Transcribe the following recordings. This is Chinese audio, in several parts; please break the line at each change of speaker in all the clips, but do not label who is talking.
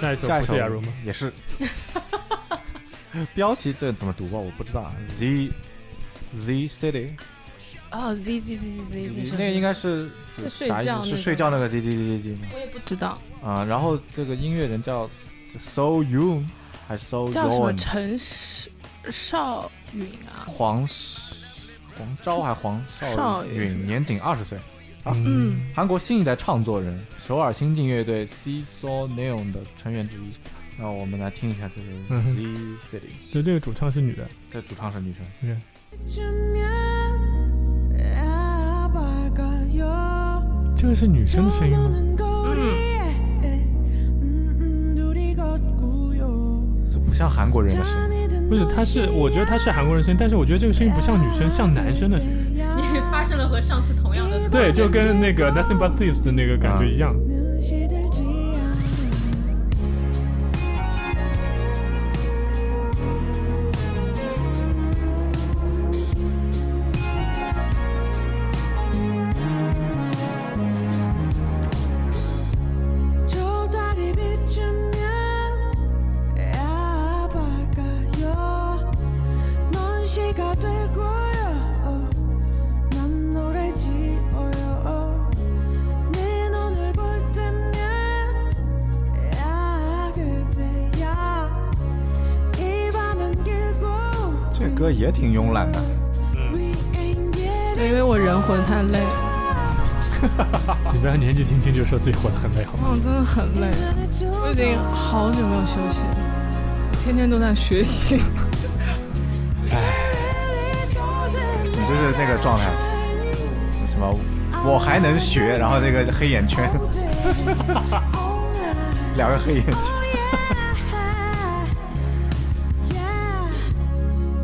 下一首
下一
不
首
是雅茹吗？
也是。标题这怎么读啊吧？我不知道。Z Z City，
哦，z z z z z，
那个应该是
是睡
啥意
觉
思？是
那
睡
个
觉那个 Z Z Z Z Z 吗？
我也不知道
啊，然后这个音乐人叫 So Yoon 还是 So
叫什么
Yoon？
陈少呃少允啊，
黄是黄昭还是黄少
少
允，
允
年仅二十岁，啊
嗯，
韩国新一代唱作人，首尔新晋乐队 C So Neon 的成员之一。那我们来听一下这个
嗯哼
Z City，
对，这个主唱是女的。
这主唱是女生。
OK，
어쩌면 알까요
这个是女生的声音吗？
떠나는 거리에 음, 둘이 걷고요
这不像韩国人的声音。
잠이 든
不是，她是，我觉得她是韩国人声音，但是我觉得这个声音不像女生，像男生的声音。嗯
도시야
发生了和嗯上次同样的
对，就跟那个 Nothing But Thieves 的那个感觉一样。
눈시 들지 않는 저 달이 비추면 아볼까요 넌 시가 되고요 난 노래 지어요 내 눈을 볼 때면 아 그대야 이 밤은 길고
这歌也挺慵懒的，
We ain't
对，因
getting
为我人混太累，
啊
你不要年纪轻轻就说自己活得很累，好吗？
嗯，真的很累，我已经好久没有休息了，天天都在学习。
你就是那个状态，什么我还能学，然后这个黑眼圈， 两个黑眼圈。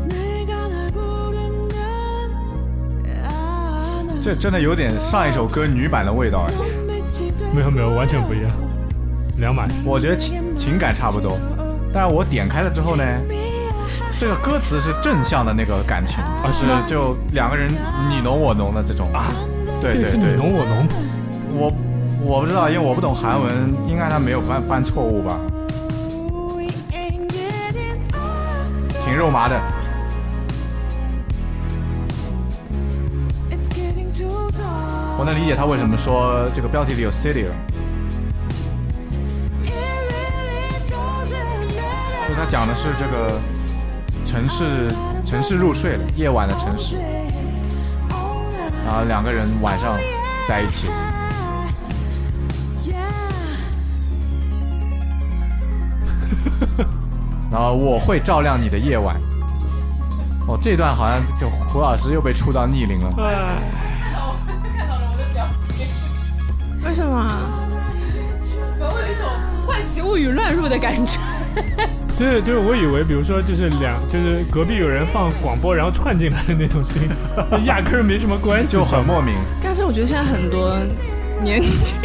내가 날 부르면 아, 난
这真的有点上一首歌女版的味道哎，
봄빛이
没有没有，完全不一样
되고 ，
两码事。
我觉得情情感差不多，但是我点开了之后呢，这个歌词是正向的那个感情，
哦
就是就两个人你侬我侬的这种啊，对
这个
对
是你
对，
侬我侬，
我我不知道，因为我不懂韩文，应该他没有犯犯错误吧，
We ain't getting old.
挺肉麻的，
It's getting too
我
dark.
能理解他为什么说这个标题里有 city 了，
It really doesn't
就
matter.
是他讲的是这个城市城市入睡了，夜晚的城市，然后两个人晚上在一起。然后我会照亮你的夜晚。哦，这段好像就胡老师又被触到逆鳞了。
为什么啊？我有一种怪奇物语乱入的感觉。
就是就是，我以为比如说就是两就是隔壁有人放广播，然后串进来的那种声音，压根儿没什么关系。
就很莫名，
但是我觉得现在很多年轻，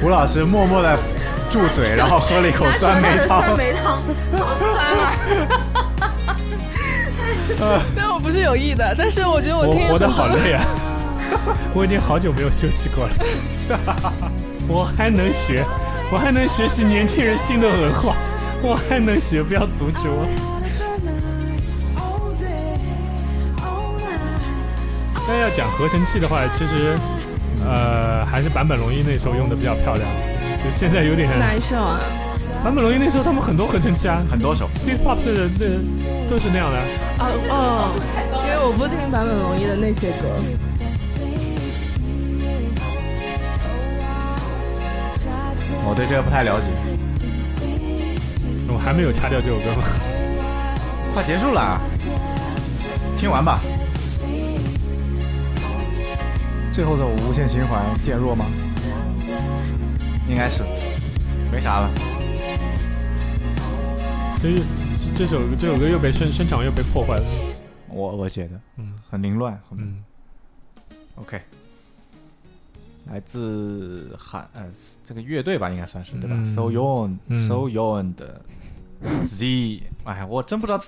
胡老师默默的住嘴，然后喝了一口酸梅 汤。
梅汤，好酸啊！但我不是有意的，但是我觉得我
我
听
活得
很
好
多
累啊！我已经好久没有休息过了。我还能学，我还能学习年轻人新的文化，我还能学，不要阻止我。但要讲合成器的话，其实，呃，还是坂本龙一那时候用的比较漂亮。就现在有点，
难受啊！
坂本龙一那时候他们很多合成器啊，
很多首
c s pop 的的都是那样的。
哦哦，因为我不听坂本龙一的那些歌。
我对这个不太了解。
我还没有掐掉这首歌吗？
快结束了啊，听完吧。最后的无限循环渐弱吗？应该是，没啥了。
就是这首这首歌又被声声场又被破坏了。
我我觉得
嗯
很凌乱，很
嗯。
OK，来自韩呃这个乐队吧，应该算是对吧
嗯
？So Young
嗯
So Young 的 Z，哎， 我真不知道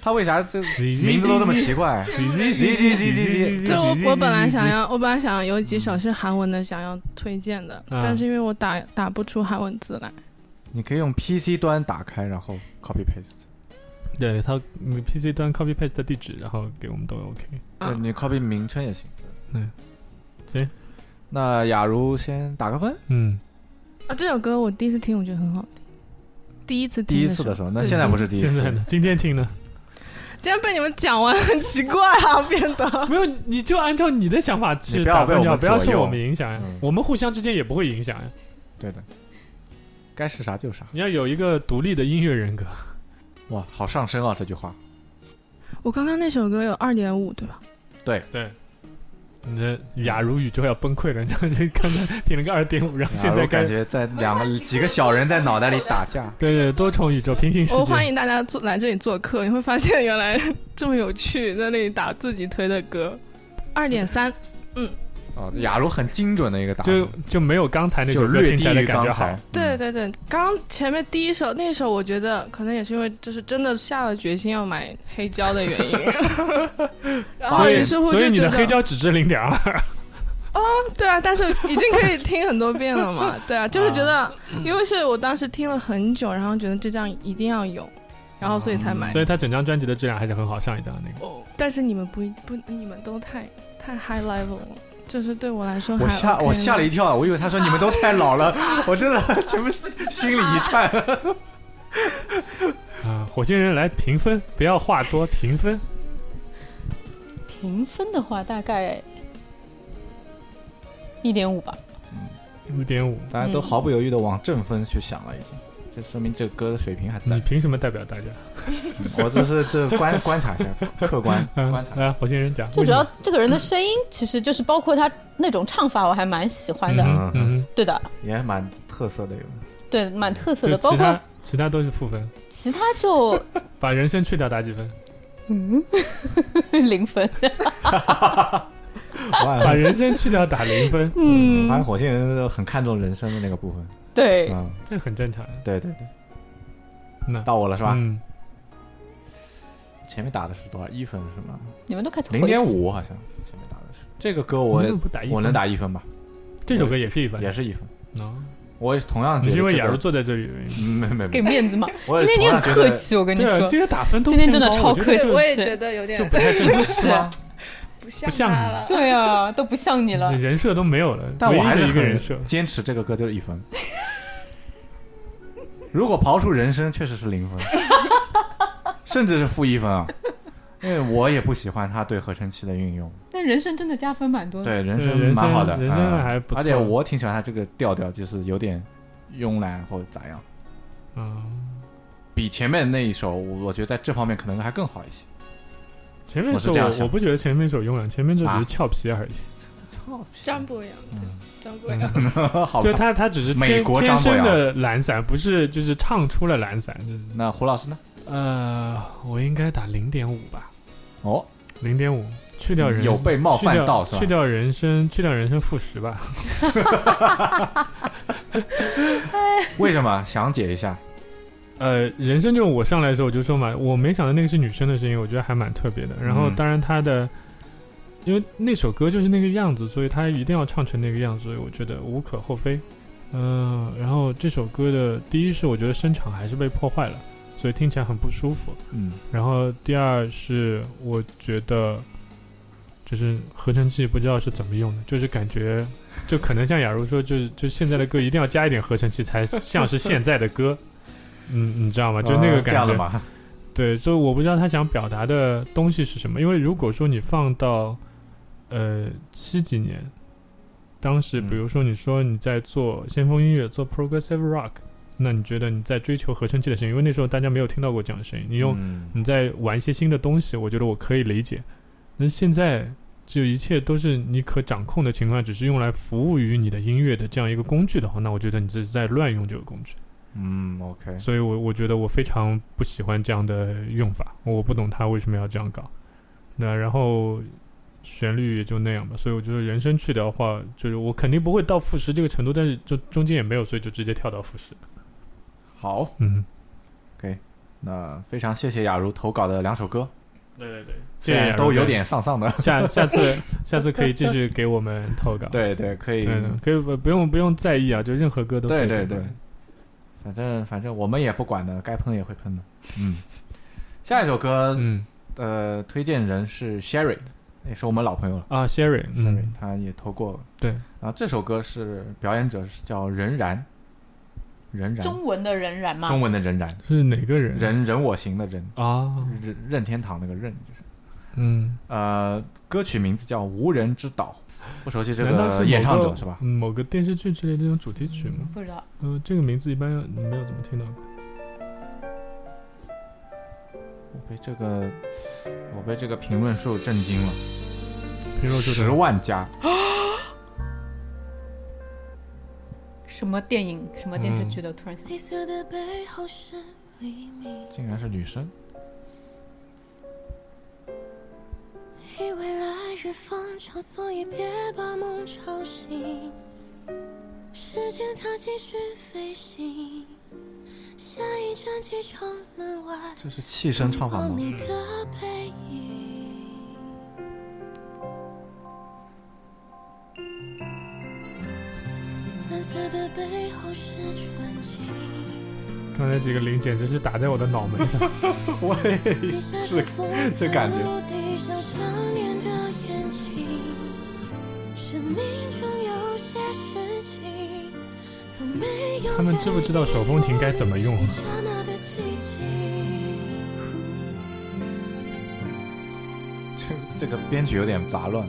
他为啥这
Z
名字都这么奇怪。
z z
Z- Z- Z-
就我本来想要，我本来想有几首是韩文的，想要推荐的，
啊
嗯
但是因为我打打不出韩文字来，
你可以用 PC 端打开，然后 copy paste。
对他嗯 PC 端 copy paste 的地址，然后给我们都 OK。
啊
呃你 copy 名称也行。
嗯，行。
那雅茹先打个分，
嗯，
啊，这首歌我第一次听，我觉得很好听，第一次听
第一次的
的
时
候，
候，那
对
现在不是第一
现在
次。
呢？今天听呢？
今天被你们讲完， 很奇怪啊，变得。
没有，你就按照你的想法
你
去
不要
打
被我
分
们
就好，不要
左
受
右
我们影响呀
嗯。
我们互相之间也不会影响呀。
对的，该是啥就啥。
你要有一个独立的音乐人格。
哇，好上升啊！这句话，
我刚刚那首歌有二点五，对吧？
对，你的雅茹语就要崩溃了。你看刚才评了个二点五，然后 现
雅
在
茹
该
感觉在两个几个小人在脑袋里打架。
对对多重宇宙平行世
我欢
界。
迎大家做来这里做客，你会发现原来 这么有趣，在那里打自己推的歌。二点三，
哦，雅茹很精准的一个打法，
就就没有刚才那首
就
歌
略
听
低
起来的
于
感
刚
觉
才
好。。
对对对，刚前面第一首那首，我觉得可能也是因为就是真的下了决心要买黑胶的原 因，然后
所
于
以
哦是乎
所以
就
你
觉
的黑
得
胶只值零点二，
对啊，但是已经可以听很多遍 了嘛，对啊，就是觉得因为是我当时听了很久，然后觉得这张一定要有，然哦后所以才买
啊所。以它整张专辑的质量还是很好，上一张的那个。
但是你们不不，你们都太太 high level 了，就是对我来说
嗯
还
我吓
OK
我吓了一跳，啊我以为他说你们都太老 了，我真的全部心里一颤。
啊，火星人来评分，不要话多，评分。
评分的话，大概一点五吧。
五点五，
大家都毫不犹豫的往正分去想了，已经。这说明这个歌的水平还
你
在。
凭什么代表大家？
我只是这观观察一下，客 观
嗯
观，察。
来，火星人讲。
最主要
为
这个人的声音，其实就是包括他那种唱法，我还蛮喜欢
什
的。
么嗯哼嗯
对的，
也蛮特色的，有
对，蛮特色
哼，
的。
就
包
其
括
他其他都是负分，
其他就嗯
把人生去掉打几分？
嗯
零分。
把
万
人生去掉打零分，
嗯
发现火星人都很看重人生的那个部分。
对，
嗯，
这很正常呀。
对对对。
那
到我了是吧？
嗯，
前面打的是多少？一分是吗？
你们都开始
零点
回
五好像。前面打的是嗯这个歌，我
你怎么不打一分
我能打一分吧？
这首歌也是一分，
也是一分。
哦
我也同样
你
觉得
是因为
这个
雅茹坐在这里的原因。
嗯没没
给
没，
面子嘛。
我
今
也
天
同
你
样
很
觉
客
得
气，我跟你
对啊，
说
今，天打分都
今天真的
偏高
超客气
我觉得
对，我也觉得有点
就不太正
是
吗？
不
不像
像
你
他 了。
对啊，都不像你了
你。人设都没有了，
但
唯
我
一的
还是
一个
很
人设。
坚持这个歌就是一分。如果刨出人生，确实是零分，甚至是负一分啊，因为我也不喜欢他对合成器的运用。
但人生真的加分蛮多的。
对人
对
生
人
蛮
生
好的，
人生
嗯
还不错
而且我挺喜欢他这个调调，就是有点慵懒或者咋样，
嗯，
比前面那一首，我我觉得在这方面可能还更好一些。
前面
我
一
是
首
这样想
我我不觉得前面一首慵懒，前面这只
啊
是俏皮而已。
张博洋，对，
嗯
张博洋，
好
就
吧，
他他只是
哦美
天
国
天
张博
生
洋
的懒散，不是就是唱出了懒散。就是
那胡老师呢？
呃，我应该打零点五吧，
哦，
零点五去掉人
有被冒犯到
去
是
掉
吧
去掉人生，去掉人生负十吧。
为什么？详解一下。
呃，人生就我上来的时候我就说嘛，我没想到那个是女生的声音，我觉得还蛮特别的。然后
嗯
当然她的，因为那首歌就是那个样子，所以她一定要唱成那个样子，所以我觉得无可厚非。嗯、然后这首歌的第一是我觉得声场还是被破坏了，所以听起来很不舒服。
嗯，
然后第二是我觉得，就是合成器不知道是怎么用的，就是感觉，就可能像雅茹说，就是就现在的歌一定要加一点合成器才像是现在的 歌，嗯，你知道吗？就那个
呃这
感
样的
觉。
嘛。
对，所以我不知道他想表达的东西是什么，因为如果说你放到，呃，七几年，当时
嗯
比如说你说你在做先锋音乐，做 progressive rock，那你觉得你在追求合成器的声音，因为那时候大家没有听到过这样的声音，你用
嗯
你在玩一些新的东西，我觉得我可以理解。那现在就一切都是你可掌控的情况下，只是用来服务于你的音乐的这样一个工具的话，那我觉得你这是在乱用这个工具。
嗯，OK。
所以我我觉得我非常不喜欢这样的用法，我不懂他为什么要这样搞。那然后旋律也就那样吧，所以我觉得人声去掉的话，就是我肯定不会到负十这个程度，但是就中间也没有，所以就直接跳到负十。
好，
嗯，
可以。那非常谢谢雅茹投稿的两首歌，
对对对，
虽然都有。点丧丧的。
下下次下次可以继续给我 们投稿。
对对，可以
对，的，可以不不用不用在意啊，就任何歌都可以
对
投
对
稿
对反正反正我们也不管的，该喷也会喷的。嗯，下一首歌
嗯
呃，推荐人是 Sherry，也是我们老朋友了。
啊，Sherry，
Sherry，
嗯，
他也投过。
对，
然后这首歌是表演者是叫任然，任然，
中文的仍然吗？
中文的任然，
是哪个人？
人人我行的人，
啊，
任任天堂那个任就是。
嗯，
呃，歌曲名字叫《无人之岛》，不熟悉这
难道是
个
某
演唱
个
者是吧？
嗯某个电视剧之类的这种主题曲吗？
不知道，
嗯，这个名字一般没有怎么听到过。
我被这个，我被这个评论数震惊了，
评论
十
数
万加，
什么电影、什么
嗯
电视剧的，突然想，
黑色的背后是黎明，
竟然是女生。
以为来日方长，所以别把梦吵醒。时间它继续飞行，下一站机场门外，
这是气声唱法
哦
吗？
你的背影。蓝色的背后是纯净。
刚才几个零简直是打在我的脑门上。
喂，
是
这感觉。
他们知不知道手风琴该怎么用啊？
这这个编曲有点杂乱。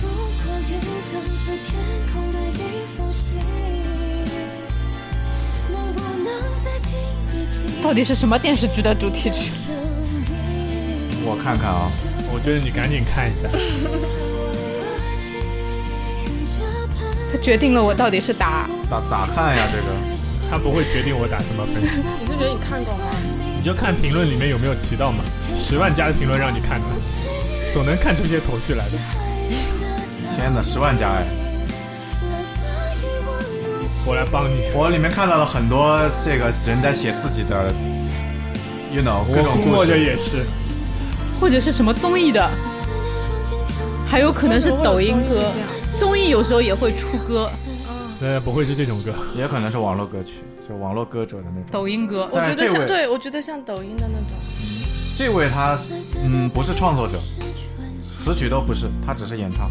如果云层是天空的一封信，能不能再听一听？
到底是什么电视剧的主题曲？
我看看啊，
我觉得你赶紧看一下，
它决定了我到底是打
咋咋看呀？这个
他不会决定我打什么分，
你是觉得你看过吗？
你就看评论里面有没有提到嘛。十万加的评论让你看的，总能看出些头绪来的。
天哪，十万加哎！
我来帮你。
我里面看到了很多这个人在写自己的，you know，各
我
种
估
故
摸着
事。
也是，
或者是什么综艺的，还有可能是抖音歌，综艺有时候也会出歌，
呃，不会是这种歌。
也可能是网络歌曲，就网络歌者的那种。
抖音歌
我觉得
但是这
像
位
对，我觉得像抖音的那种。
这位他嗯不是创作者，
是
词曲都不是，他只是演唱。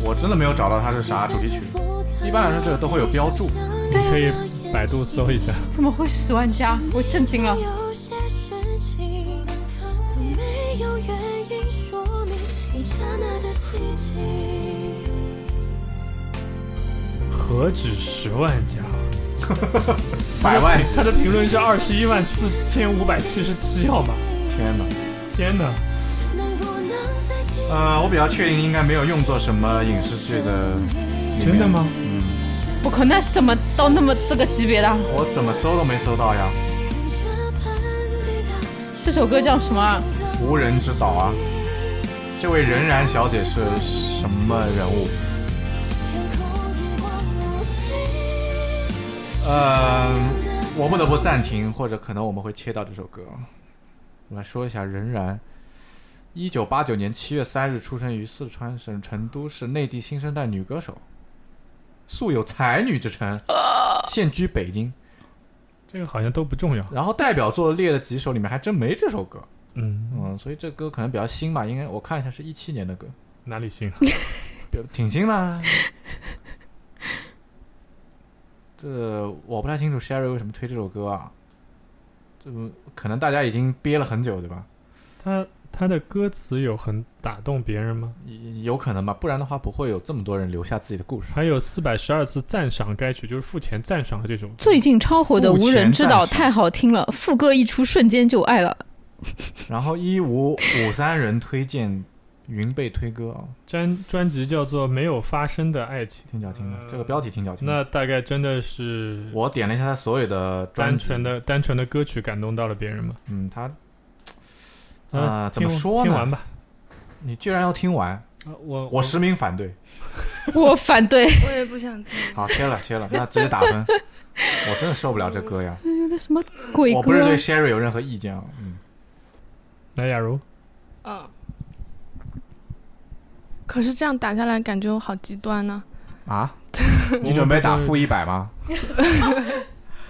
我真的没有找到他是啥主题曲。一般来说，这个都会有标注。
你
啊
可以百度搜一下，
怎么会十万加？我震惊了。
有些事情从没有原因说明，一刹那的奇迹。
何止十万加？
百万级
他的评论是二十一万四千五百七十七号码。
天哪！
天哪！
能不能再听
呃，我比较确定应该没有用作什么影视剧的。
真的吗？
嗯，
不可能是怎么到那么这个级别的？
我怎么搜都没搜到呀。
这攀比的
这首歌叫什么啊？
无人之岛啊，这位任然小姐是什么人物？
天空一望无际？
呃，我不得不暂停，或者可能我们会切到这首歌。我来说一下任然，一九八九年七月三日出生于四川省成都市，内地新生代女歌手，素有才女之称，现居北京。
这个好像都不重要。
然后代表作列了几首，里面还真没这首歌。
嗯，
嗯，所以这歌可能比较新吧，应该我看一下是一七年的歌，
哪里行？啊
比较挺新的啊。 这我不太清楚 Sherry 为什么推这首歌啊，这可能大家已经憋了很久，对吧？
他他的歌词有很打动别人吗？
也有可能吧，不然的话不会有这么多人留下自己的故事。
还有四百十二次赞赏该曲，就是付钱赞赏的这首歌。
最近超火的《无人知
付
道》
钱暂时
太好听了，副歌一出瞬间就爱了。
然后一五五三人推荐云贝推歌啊，
专专辑叫做《没有发生的爱情》，
挺矫情的，
呃
这个标题挺矫情的。
那大概真的是
我点了一下他所有的专
单
辑，
纯的单纯的歌曲感动到了别人吗？
嗯，他
啊
呃，怎么
听
说呢
听完吧。
你居然要听完，
啊我
我实名反对。
我反对，
我也不想听。
好，切了切了，那直接打分。 我真的受不了这歌呀！
那什么鬼
我不
歌啊
是？对 Sherry 有任何意见啊。嗯，
来，雅 茹，
嗯。可是这样打下来，感觉我好极端呢、
啊，你准备打负一百吗？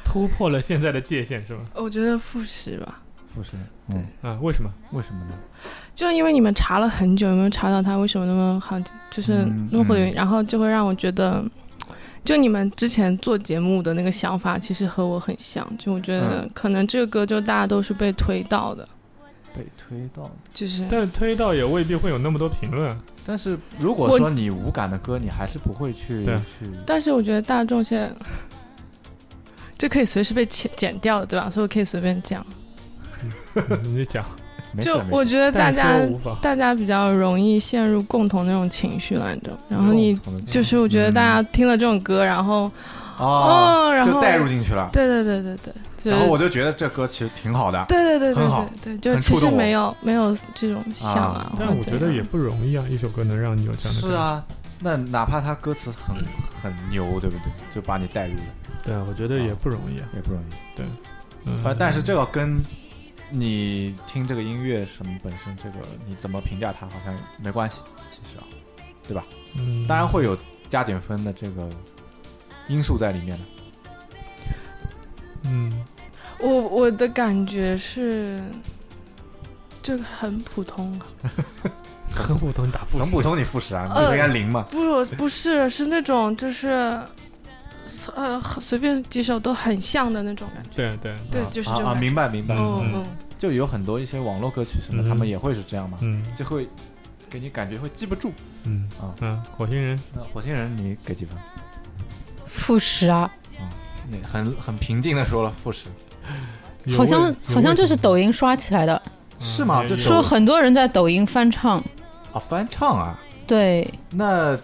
突破了现在的界限是吗？
我觉得负十吧，
负十，嗯，
啊，为什么？
为什么呢？
就因为你们查了很久，有没有查到他为什么那么好，就是
嗯
那么火的原因，
嗯
然后就会让我觉得，就你们之前做节目的那个想法，其实和我很像。就我觉
嗯
得可能这个歌就大家都是被推到的，
被推到。
就是
但推到也未必会有那么多评论。啊
但是如果
我
说你无感的歌，你还是不会去
对
去。
但是我觉得大众现在就可以随时被剪剪掉的，对吧？所以我可以随便讲。
你就 讲，
没事
就
没
我
事，
觉得大
但
家
说无妨。
大家比较容易陷入共同那种情绪来着。然后你
共同的
就是我觉得大家听了这种歌，然后
哦，
然后
就带入进去了。
对对对对对，就是
然后我就觉得这歌其实挺好的。
对对对
很
对
好
对对，就
很
其
触
实
动我
没有没有这种想
啊
啊，或者
但我觉
怎
得
样
也不容易啊，一首歌能让你有这样的。
是，啊，那哪怕他歌词很很牛，对不对？就把你带入了，
对，我觉得也不容易啊。
也不容易。
嗯
呃，但是这个跟你听这个音乐什么本身，这个你怎么评价它好像没关系，其实啊，
嗯
当然会有加减分的这个因素在里面的。
嗯，
我我的感觉是，这个很普通啊，
很普通，你 打负
很
十
普。通，你复试啊，你
呃
就应该零嘛。
不是不是是那种就是，呃随便几首都很像的那种感觉，
对对，
对
啊
就是这种
啊啊，
感觉
明白明白。
嗯
嗯
嗯
嗯，
就有很多一些网络歌曲什么，
嗯
他们也会是这样嘛，
嗯
就会给你感觉会记不住。
嗯
啊
嗯，火星人，
那火星人你给几分？
负十啊，
你很很平静的说了复试，
有
好像
味
好像就是抖音刷起来的，
是吗？
也
这
有
说很多人在抖音翻唱，
啊翻唱啊，
对，
那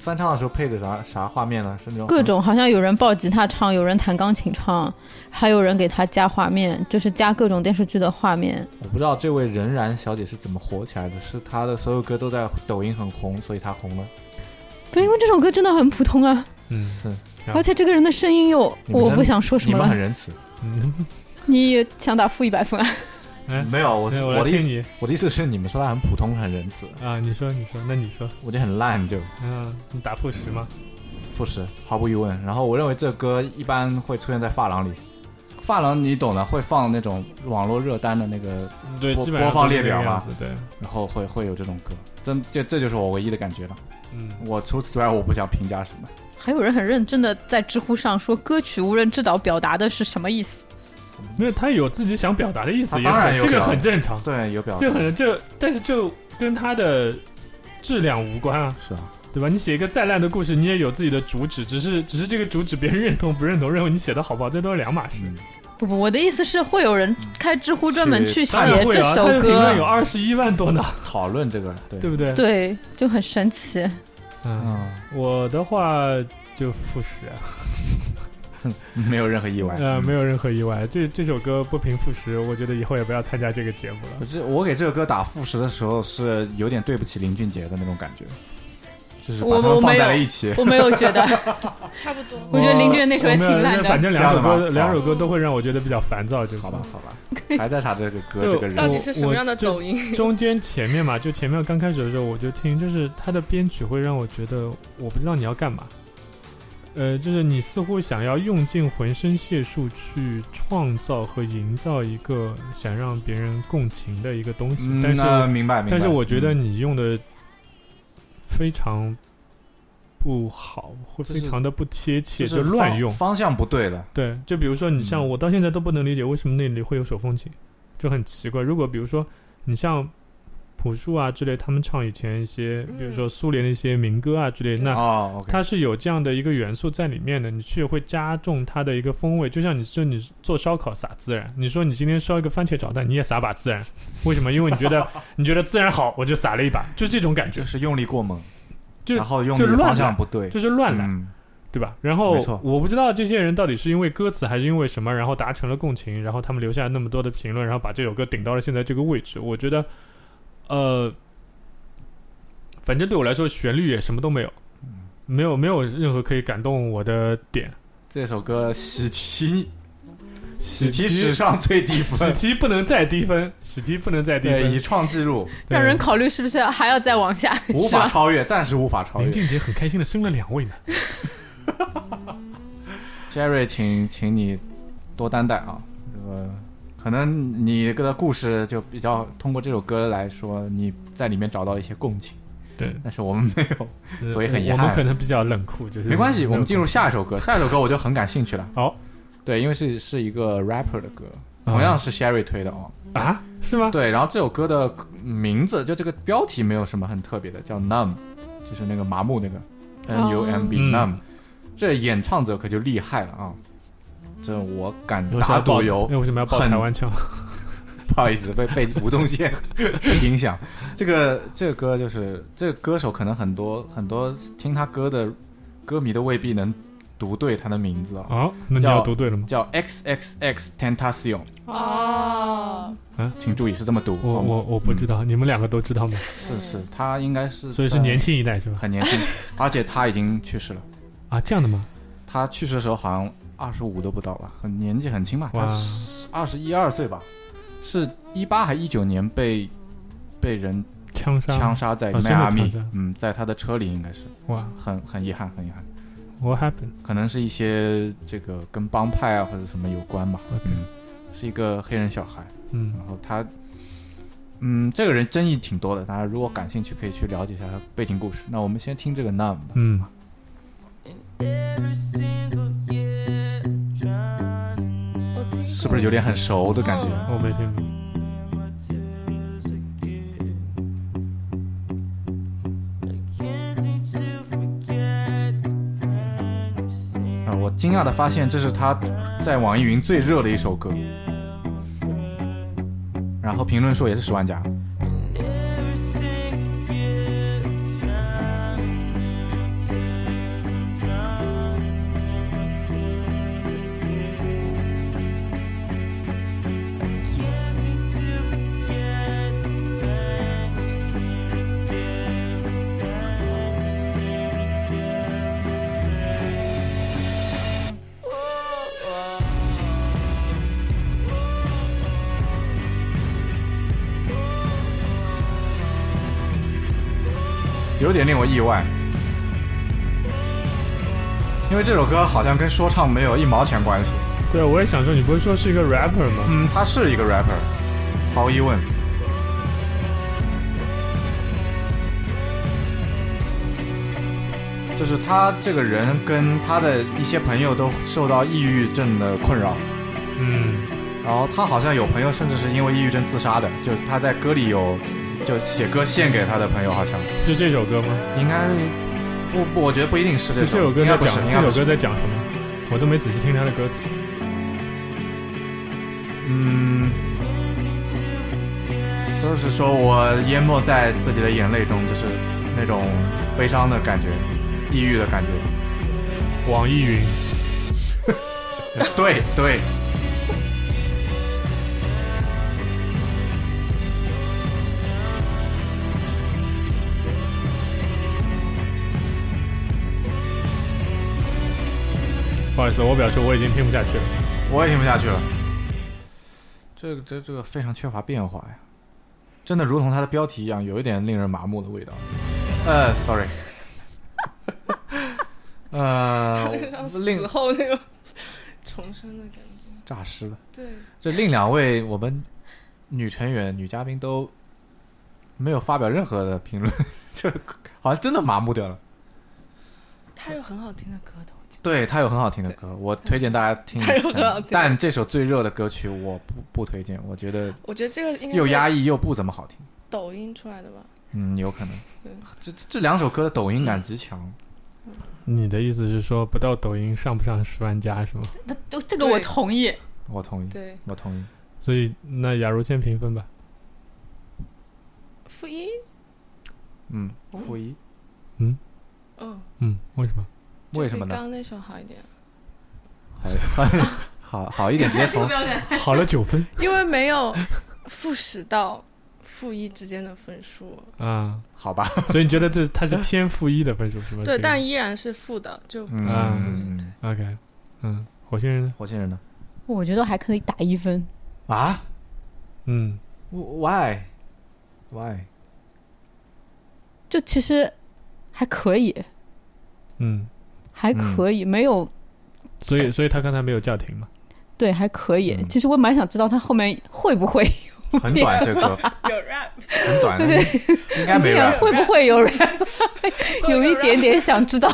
翻唱的时候配的啥啥画面呢？是那种
各种好像有人抱吉他唱，有人弹钢琴唱，还有人给他加画面，就是加各种电视剧的画面。
嗯我不知道这位任然小姐是怎么火起来的，是她的所有歌都在抖音很红，所以她红了。
对，因为这首歌真的很普通啊，
嗯
是，
啊
而且这个人的声音又，
你们
我
真
不想说什
你
么
们很
了。
仁慈，
嗯，
你也想打负一百分啊？
哎
嗯
没有我
没有我来
我的意
听
思
你，
我的意思是你们说她很普通很仁慈，
啊，你说你说，那你说，
我就很烂就
嗯，你打负十吗？
副食毫无疑问。然后我认为这歌一般会出现在发廊里，发廊你懂的，会放那种网络热单的那个，
对
播
基本上
播放
都是
列
这个
表嘛
样子对，
然后会会有这种歌，真这这就是我唯一的感觉了。
嗯，
我除此之外我不想评价什么，
还有人很认真的在知乎上说歌曲无人知道表达的是什么意思。
没有，他有自己想表达的意思，
他
也
当然
很
有
这个
表达
很正常，
对，有表达
这很这，但是这跟他的质量无关啊，
是啊，
对吧？你写一个再烂的故事，你也有自己的主旨，只是只是这个主旨别人认同不认同，认为你写的好不好，这都是两码事。
嗯，
不不，我的意思是会有人开知乎专门去
去
写
当然会
这
啊，
首
他的评论有
歌，
二十一万多呢，
讨论这个对
对不对？
对，就很神奇。
嗯，
嗯，
我的话就负十啊。
没有任何意外，
呃，
嗯
没有任何意外。这这首歌不平复时，我觉得以后也不要参加这个节目
我
了。
这我给这个歌打负十的时候是有点对不起林俊杰的那种感觉，就是把
我
他们
我
放
没
在
有
了一 起。
我没有觉得，
差不多。
我觉得林俊杰那首也挺
我没有
烂的
就反正两首
这样的
歌，
吗
两首歌都会让我觉得比较烦躁，就是
好吧，好吧，还在查这个歌
就
这个
到
人，
底是什么样的抖音？
嗯
中间前面嘛，就前面刚开始的时候我就听，就是它的编曲会让我觉得我不知道你要干嘛。呃，就是你似乎想要用尽浑身解数去创造和营造一个想让别人共情的一个东西，
嗯
但是
那明白明白。
但是我觉得
嗯
你用的非常不好，或
就
非
是
常的不贴切，
就是
乱
方
用。
方向不对的，
对，就比如说你像
嗯
我到现在都不能理解为什么那里会有手风琴，就很奇怪。如果比如说你像朴树啊之类，他们唱以前一些，比如说苏联的一些民歌啊之类，那
哦，OK，
它是有这样的一个元素在里面的，你去会加重它的一个风味。就像你说你做烧烤撒孜然，你说你今天烧一个番茄炒蛋，你也撒把孜然，为什么？因为你觉得 你觉得孜然好，我就撒了一把，就这种感觉
就，是用力过猛，
就
然后用
就
力
乱
方向
来
不对，
就是乱来，
嗯
对吧？然
没错
后我不知道这些人到底是因为歌词还是因为什么，然后达成了共情，然后他们留下了那么多的评论，然后把这首歌顶到了现在这个位置。我觉得，呃，反正对我来说旋律也什么都没有，没有没有任何可以感动我的点。
这这首歌喜提
喜
喜
提
提史上最低
喜
分，
提不能再低 分，喜提不能再低
对，
分
已，创 纪录，
对
让人考虑是不是还要再往下，啊
无
是
法
吧？
超越，暂时无法超
林
越。
俊杰很开心的生了两位呢。
Jerry，请请你多担待啊，呃，可能你的故事就比较通过这首歌来说，你在里面找到了一些共情，
对，
但是我们没有，
就是
所以很遗
呃我
憾
我们可能比较冷酷，就是
没关系，
有
我们进入下一首歌，下一首歌我就很感兴趣了。
好
对，因为是是一个 rapper 的歌，
嗯
同样是 Sherry 推的哦。
啊，是吗？
对，然后这首歌的名字就这个标题没有什么很特别的，叫 Numb，就是那个麻木那个 N U M B
嗯
Numb，、这演唱者可就厉害了啊！这我敢
为什么
打
要报
赌有，
那为什么要报
很
台湾腔？
不好意思，被被吴宗宪 影响。这个这个歌就是这个歌手，可能很多很多听他歌的歌迷都未必能读对他的名字啊，
哦，那你
叫
要读对了吗？
叫 X X X Tentacion，
哦，
请注意是这么读。
我
好吗
我我不知道，你们两个都知道吗？
是是，他应该是
所以是
在
年轻一代是吧？
很年轻，而且他已经去世了。
啊，这样的吗？
他去世的时候好像二十五都不到吧，很年纪很轻嘛，
哇
他二十一二岁吧，是一八还一九年被被人
枪杀？
枪杀在
啊真的
迈阿密
枪杀，
嗯，在他的车里应该是
哇
很很遗憾，很遗憾，
，What happened？
可能是一些这个跟帮派啊或者什么有关吧。
OK
嗯，是一个黑人小孩，
嗯
然后他，嗯，这个人争议挺多的，大家如果感兴趣可以去了解一下他背景故事。那我们先听这个 Numb 吧。
嗯，
是不是有点很熟的感觉？
嗯我没听过。
嗯啊，我惊讶的发现这是他在网易云最热的一首歌，然后评论数也是十万加。有点令我意外，因为这首歌好像跟说唱没有一毛钱关系。
对，啊我也想说，你不是说是一个 rapper 吗？
嗯，他是一个 rapper，毫无疑问。就是他这个人跟他的一些朋友都受到抑郁症的困扰，
嗯，
然后他好像有朋友甚至是因为抑郁症自杀的，就是他在歌里有就写歌献给他的朋友，好像
是这首歌吗？
应该不不，我觉得不一定是这
就
首，
这首歌
应该
在
不是，
讲，
应该
这
不
首歌
是。
在讲什么？我都没仔细听他的歌词。
嗯，就是说我淹没在自己的眼泪中，就是那种悲伤的感觉，抑郁的感觉。
网易云，
对对。
不好意思，我表示我已经听不下去了。
我也听不下去了。这个这这个非常缺乏变化呀，真的如同它的标题一样，有一点令人麻木的味道。呃，sorry，呃，
像
令
哦死后 那个重生的感觉。
诈尸了。
对，
这另两位我们女成员、女嘉宾都没有发表任何的评论， 就好像真的麻木掉了。
他有很好听的歌的，我记
对他有很好听的歌，我推荐大家听一
他有很好
下
听的。
但这首最热的歌曲我不不推荐，我觉得
得。我觉得这个应该
又压
抑，
抑又不怎么好听。
抖音出来的吧？
嗯，有可能
对。
这这这两首歌的抖音感极强，
你的意思是说，不到抖音上不上十万加是吗？
那都这个我同意。
我同意，
对，
我同意。
所以那雅茹先评分吧。
负一，
嗯，
哦
溥仪
嗯，
嗯，为 什么？
为什么呢？
刚刚那首好一点，
好 好好一点，直接 从
标准，
好了九分
因为没有负十到负一之间的 分数，
啊，
好吧。
所以你觉得这 它是偏负一的分数是吧？
对，
这个
但依然是负的，就
嗯
啊
嗯，嗯嗯
，OK，
嗯，
火星人呢？
火星人呢？
我觉得还可以打一分。
啊
嗯，
？Why？Why？Why？
就其实还可以，
嗯，
还可
嗯
以，没有
所以所以他刚才没有叫停嘛？
对，还可以。
嗯
其实我蛮想知道他后面会不 会，
很短这歌，
有 rap，
很短的，应该没
想
rap。
会不会有人 有一点点想知 道。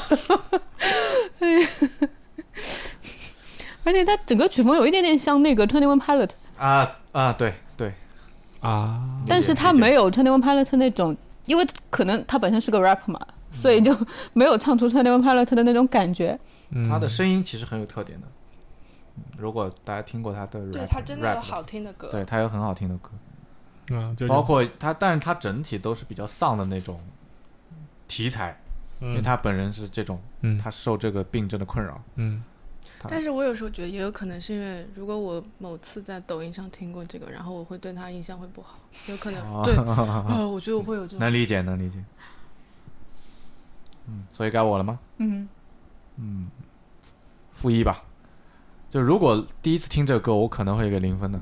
哎呀而且他整个曲风有一点点像那个 Twenty One Pilot，
啊啊，对对，
啊，
但是他没有 Twenty One Pilot 那种，因为可能他本身是个 rap 嘛，
嗯
所以就没有唱出 Twenty One Pilot 的那种感觉。
嗯
他的声音其实很有特点的。嗯如果大家听过他的 rap，
对他真的有
rap
好听的歌，
对他有很好听的歌，
啊，就
包括他，但是他整体都是比较丧的那种题材，因
嗯
为他本人是这种，
嗯
他受这个病症的困扰。
嗯
但是我有时候觉得也有可能是因为，如果我某次在抖音上听过这个，然后我会对他印象会不好，有可能、
哦
对，呃，我觉得我会有这种
能理解，能理解。嗯，所以该我了吗？
嗯，
嗯，负一吧。就如果第一次听这个歌，我可能会给零分的，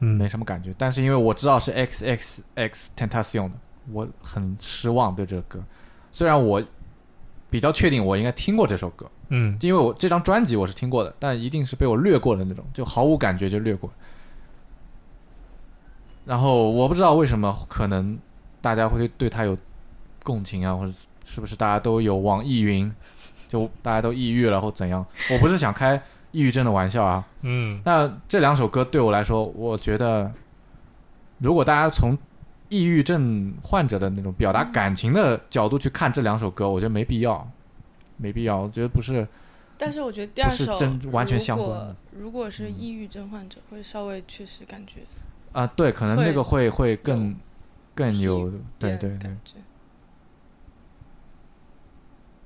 嗯，
没什么感觉。但是因为我知道是 X X X Tentacion 的，我很失望对这个歌。虽然我比较确定我应该听过这首歌，
嗯
因为我这张专辑我是听过的，但一定是被我略过的那种，就毫无感觉就略过。然后我不知道为什么，可能大家会对他有共情啊，或者是不是大家都有网易云，就大家都抑郁了或怎样？我不是想开抑郁症的玩笑啊。
嗯
那这两首歌对我来说，我觉得如果大家从抑郁症患者的那种表达感情的角度去看这两首歌，我觉得没必要，没必要，我觉得不是。
但是我觉得第二
不是
首
真完全相关的嗯
如果如果是抑郁症患者，会稍微确实感觉
啊，对，可能那个会会更更
体
有，对
别
对
人
对
感。觉。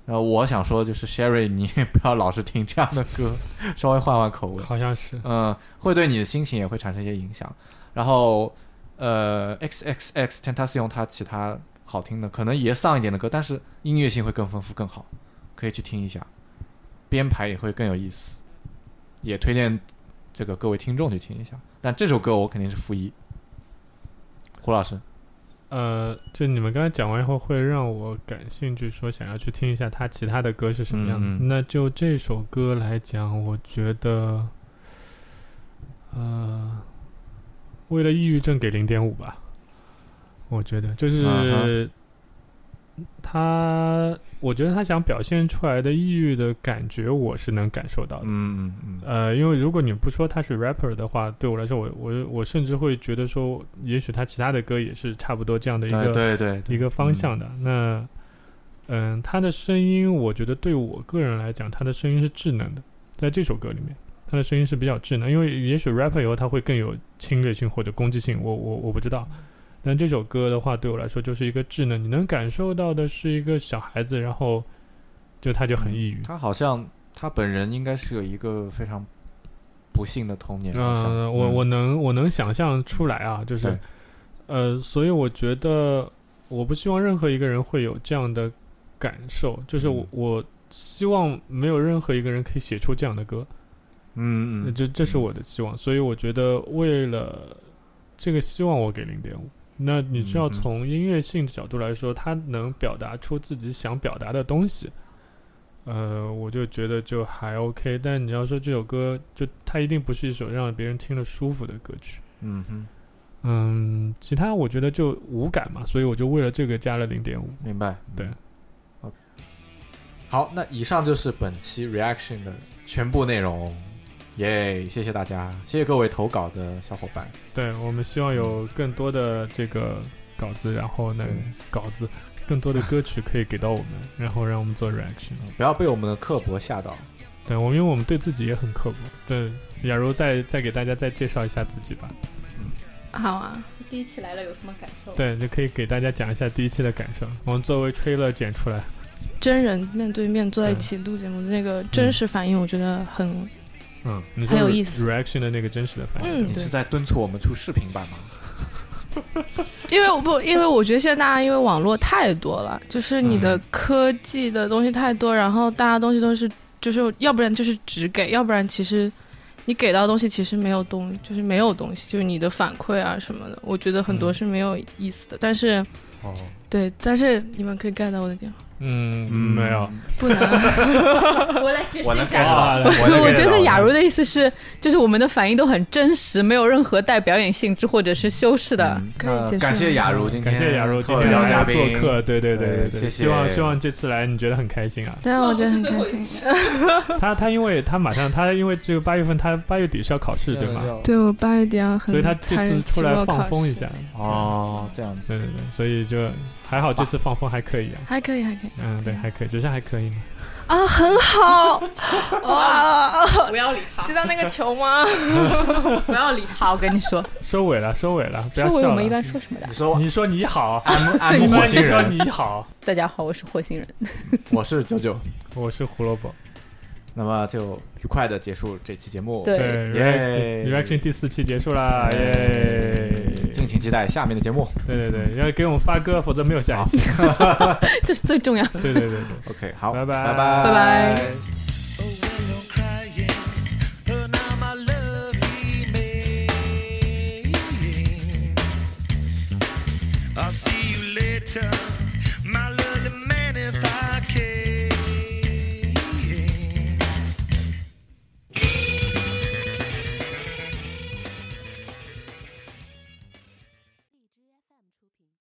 然后呃我想说，就是 Sherry，你 不要老是听这样的歌，稍微换换口味
嗯，。好像是
嗯，会对你的心情也会产生一些影响。然后，呃，X X X Tentacion 它其他好听的，可能也丧一点的歌，但是音乐性会更丰富更好，可以去听一下，编排也会更有意思，也推荐这个各位听众去听一下。但这首歌我肯定是负一。胡老师，
呃，就你们刚才讲完以后，会让我感兴趣，说想要去听一下他其他的歌是什么样的。
嗯嗯
那就这首歌来讲，我觉得，呃，为了抑郁症给零点五吧，我觉得就是
嗯
他，我觉得他想表现出来的抑郁的感觉，我是能感受到的。
嗯嗯嗯，
呃，因为如果你不说他是 rapper 的话，对我来说，我我我甚至会觉得说，也许他其他的歌也是差不多这样的一个
哎对对对，
一个方向的。那，嗯，他的声音，我觉得对我个人来讲，他的声音是稚嫩的，在这首歌里面，他的声音是比较稚嫩，因为也许 rapper 以后他会更有侵略性或者攻击性，我我我不知道。但这首歌的话，对我来说就是一个稚嫩，你能感受到的是一个小孩子，然后就他就很抑郁。
他好像他本人应该是有一个非常不幸的童年。好像
嗯，我我能我能想象出来啊，就是
对，
呃，所以我觉得我不希望任何一个人会有这样的感受，就是我
嗯
我希望没有任何一个人可以写出这样的歌，
嗯
呃
嗯
这这是我的期望，所以我觉得为了这个希望，我给零点五。那你需要
嗯哼
从音乐性的角度来说，他能表达出自己想表达的东西，呃，我就觉得就还 OK。但你要说这首歌，就它一定不是一首让别人听了舒服的歌曲。
嗯哼，
嗯，其他我觉得就无感嘛，所以我就为了这个加了零点五。
明白。
对
嗯好好，那以上就是本期 reaction 的全部内容，耶！谢谢大家，谢谢各位投稿的小伙伴。
对我们希望有更多的这个稿子，然后呢
对，
稿子更多的歌曲可以给到我们，然后让我们做 reaction。
嗯不要被我们的刻薄吓到。
对，我们因为我们对自己也很刻薄。对，雅茹再再给大家再介绍一下自己吧。
好啊，
第一期来了有什么感受？
对，你可以给大家讲一下第一期的感受。我们作为 trailer 剪出来，
真人面对面坐在一起录节目的那个真
嗯
实反应，我觉得很
嗯，你
很
说
有意思
reaction 的那个真实的反应。
嗯
你
对
是在敦促我们出视频版吗？
因为我不，因为我觉得现在大家因为网络太多了，就是你的
嗯
科技的东西太多，然后大家东西都是就是要不然就是只给，要不然其实你给到的东西其实没有东，就是没有东西，就是你的反馈啊什么的，我觉得很多是没有意思的。但是
哦，
对，但是你们可以 get 到我的点，
嗯，
嗯
没有，
不难。
我来解释
我
一
能
下
get 到，
我
能 get 到
我觉得雅茹的意思是，就是我们的反应都很真实，没有任何带表演性质或者是修饰的。
嗯
可以
那
结束
感谢雅茹今天，
感谢雅茹今天
特邀
来
嘉
家做
宾
客，对对对对
对谢谢
希望希望这次来你觉得很开心啊。
对啊，我觉得很开心。
他他因为他马上他因为这个八月份他八月底是要考试对吗？
对我八月底要很，
所以他这次出来放风一下，，
哦，这样子，
对对对，所以就还好这次放风还可以啊，
还可以，还可以
嗯对还可以，只是还可以嘛。
啊，很好 哇！
不要理他，
知道那个球吗？
不要理他，我跟你说，
收尾了收尾了，不
收
要
尾我
笑
们一
了。
般说什么的？
你说
你说你好，
安安
你
木火星
说
人，
你好，
大家好，我是火星人。
我是九九，
我是胡萝卜。
那么就愉快的结束这期节目，
对
对
耶
，reaction 第四期结束啦，耶！
敬请期待下面的节目
对对对，要给我们发歌，否则没有下一期。
这是最重要的。
对对对对。
，OK，好，
拜拜
拜拜，
拜拜。
I'll see you later.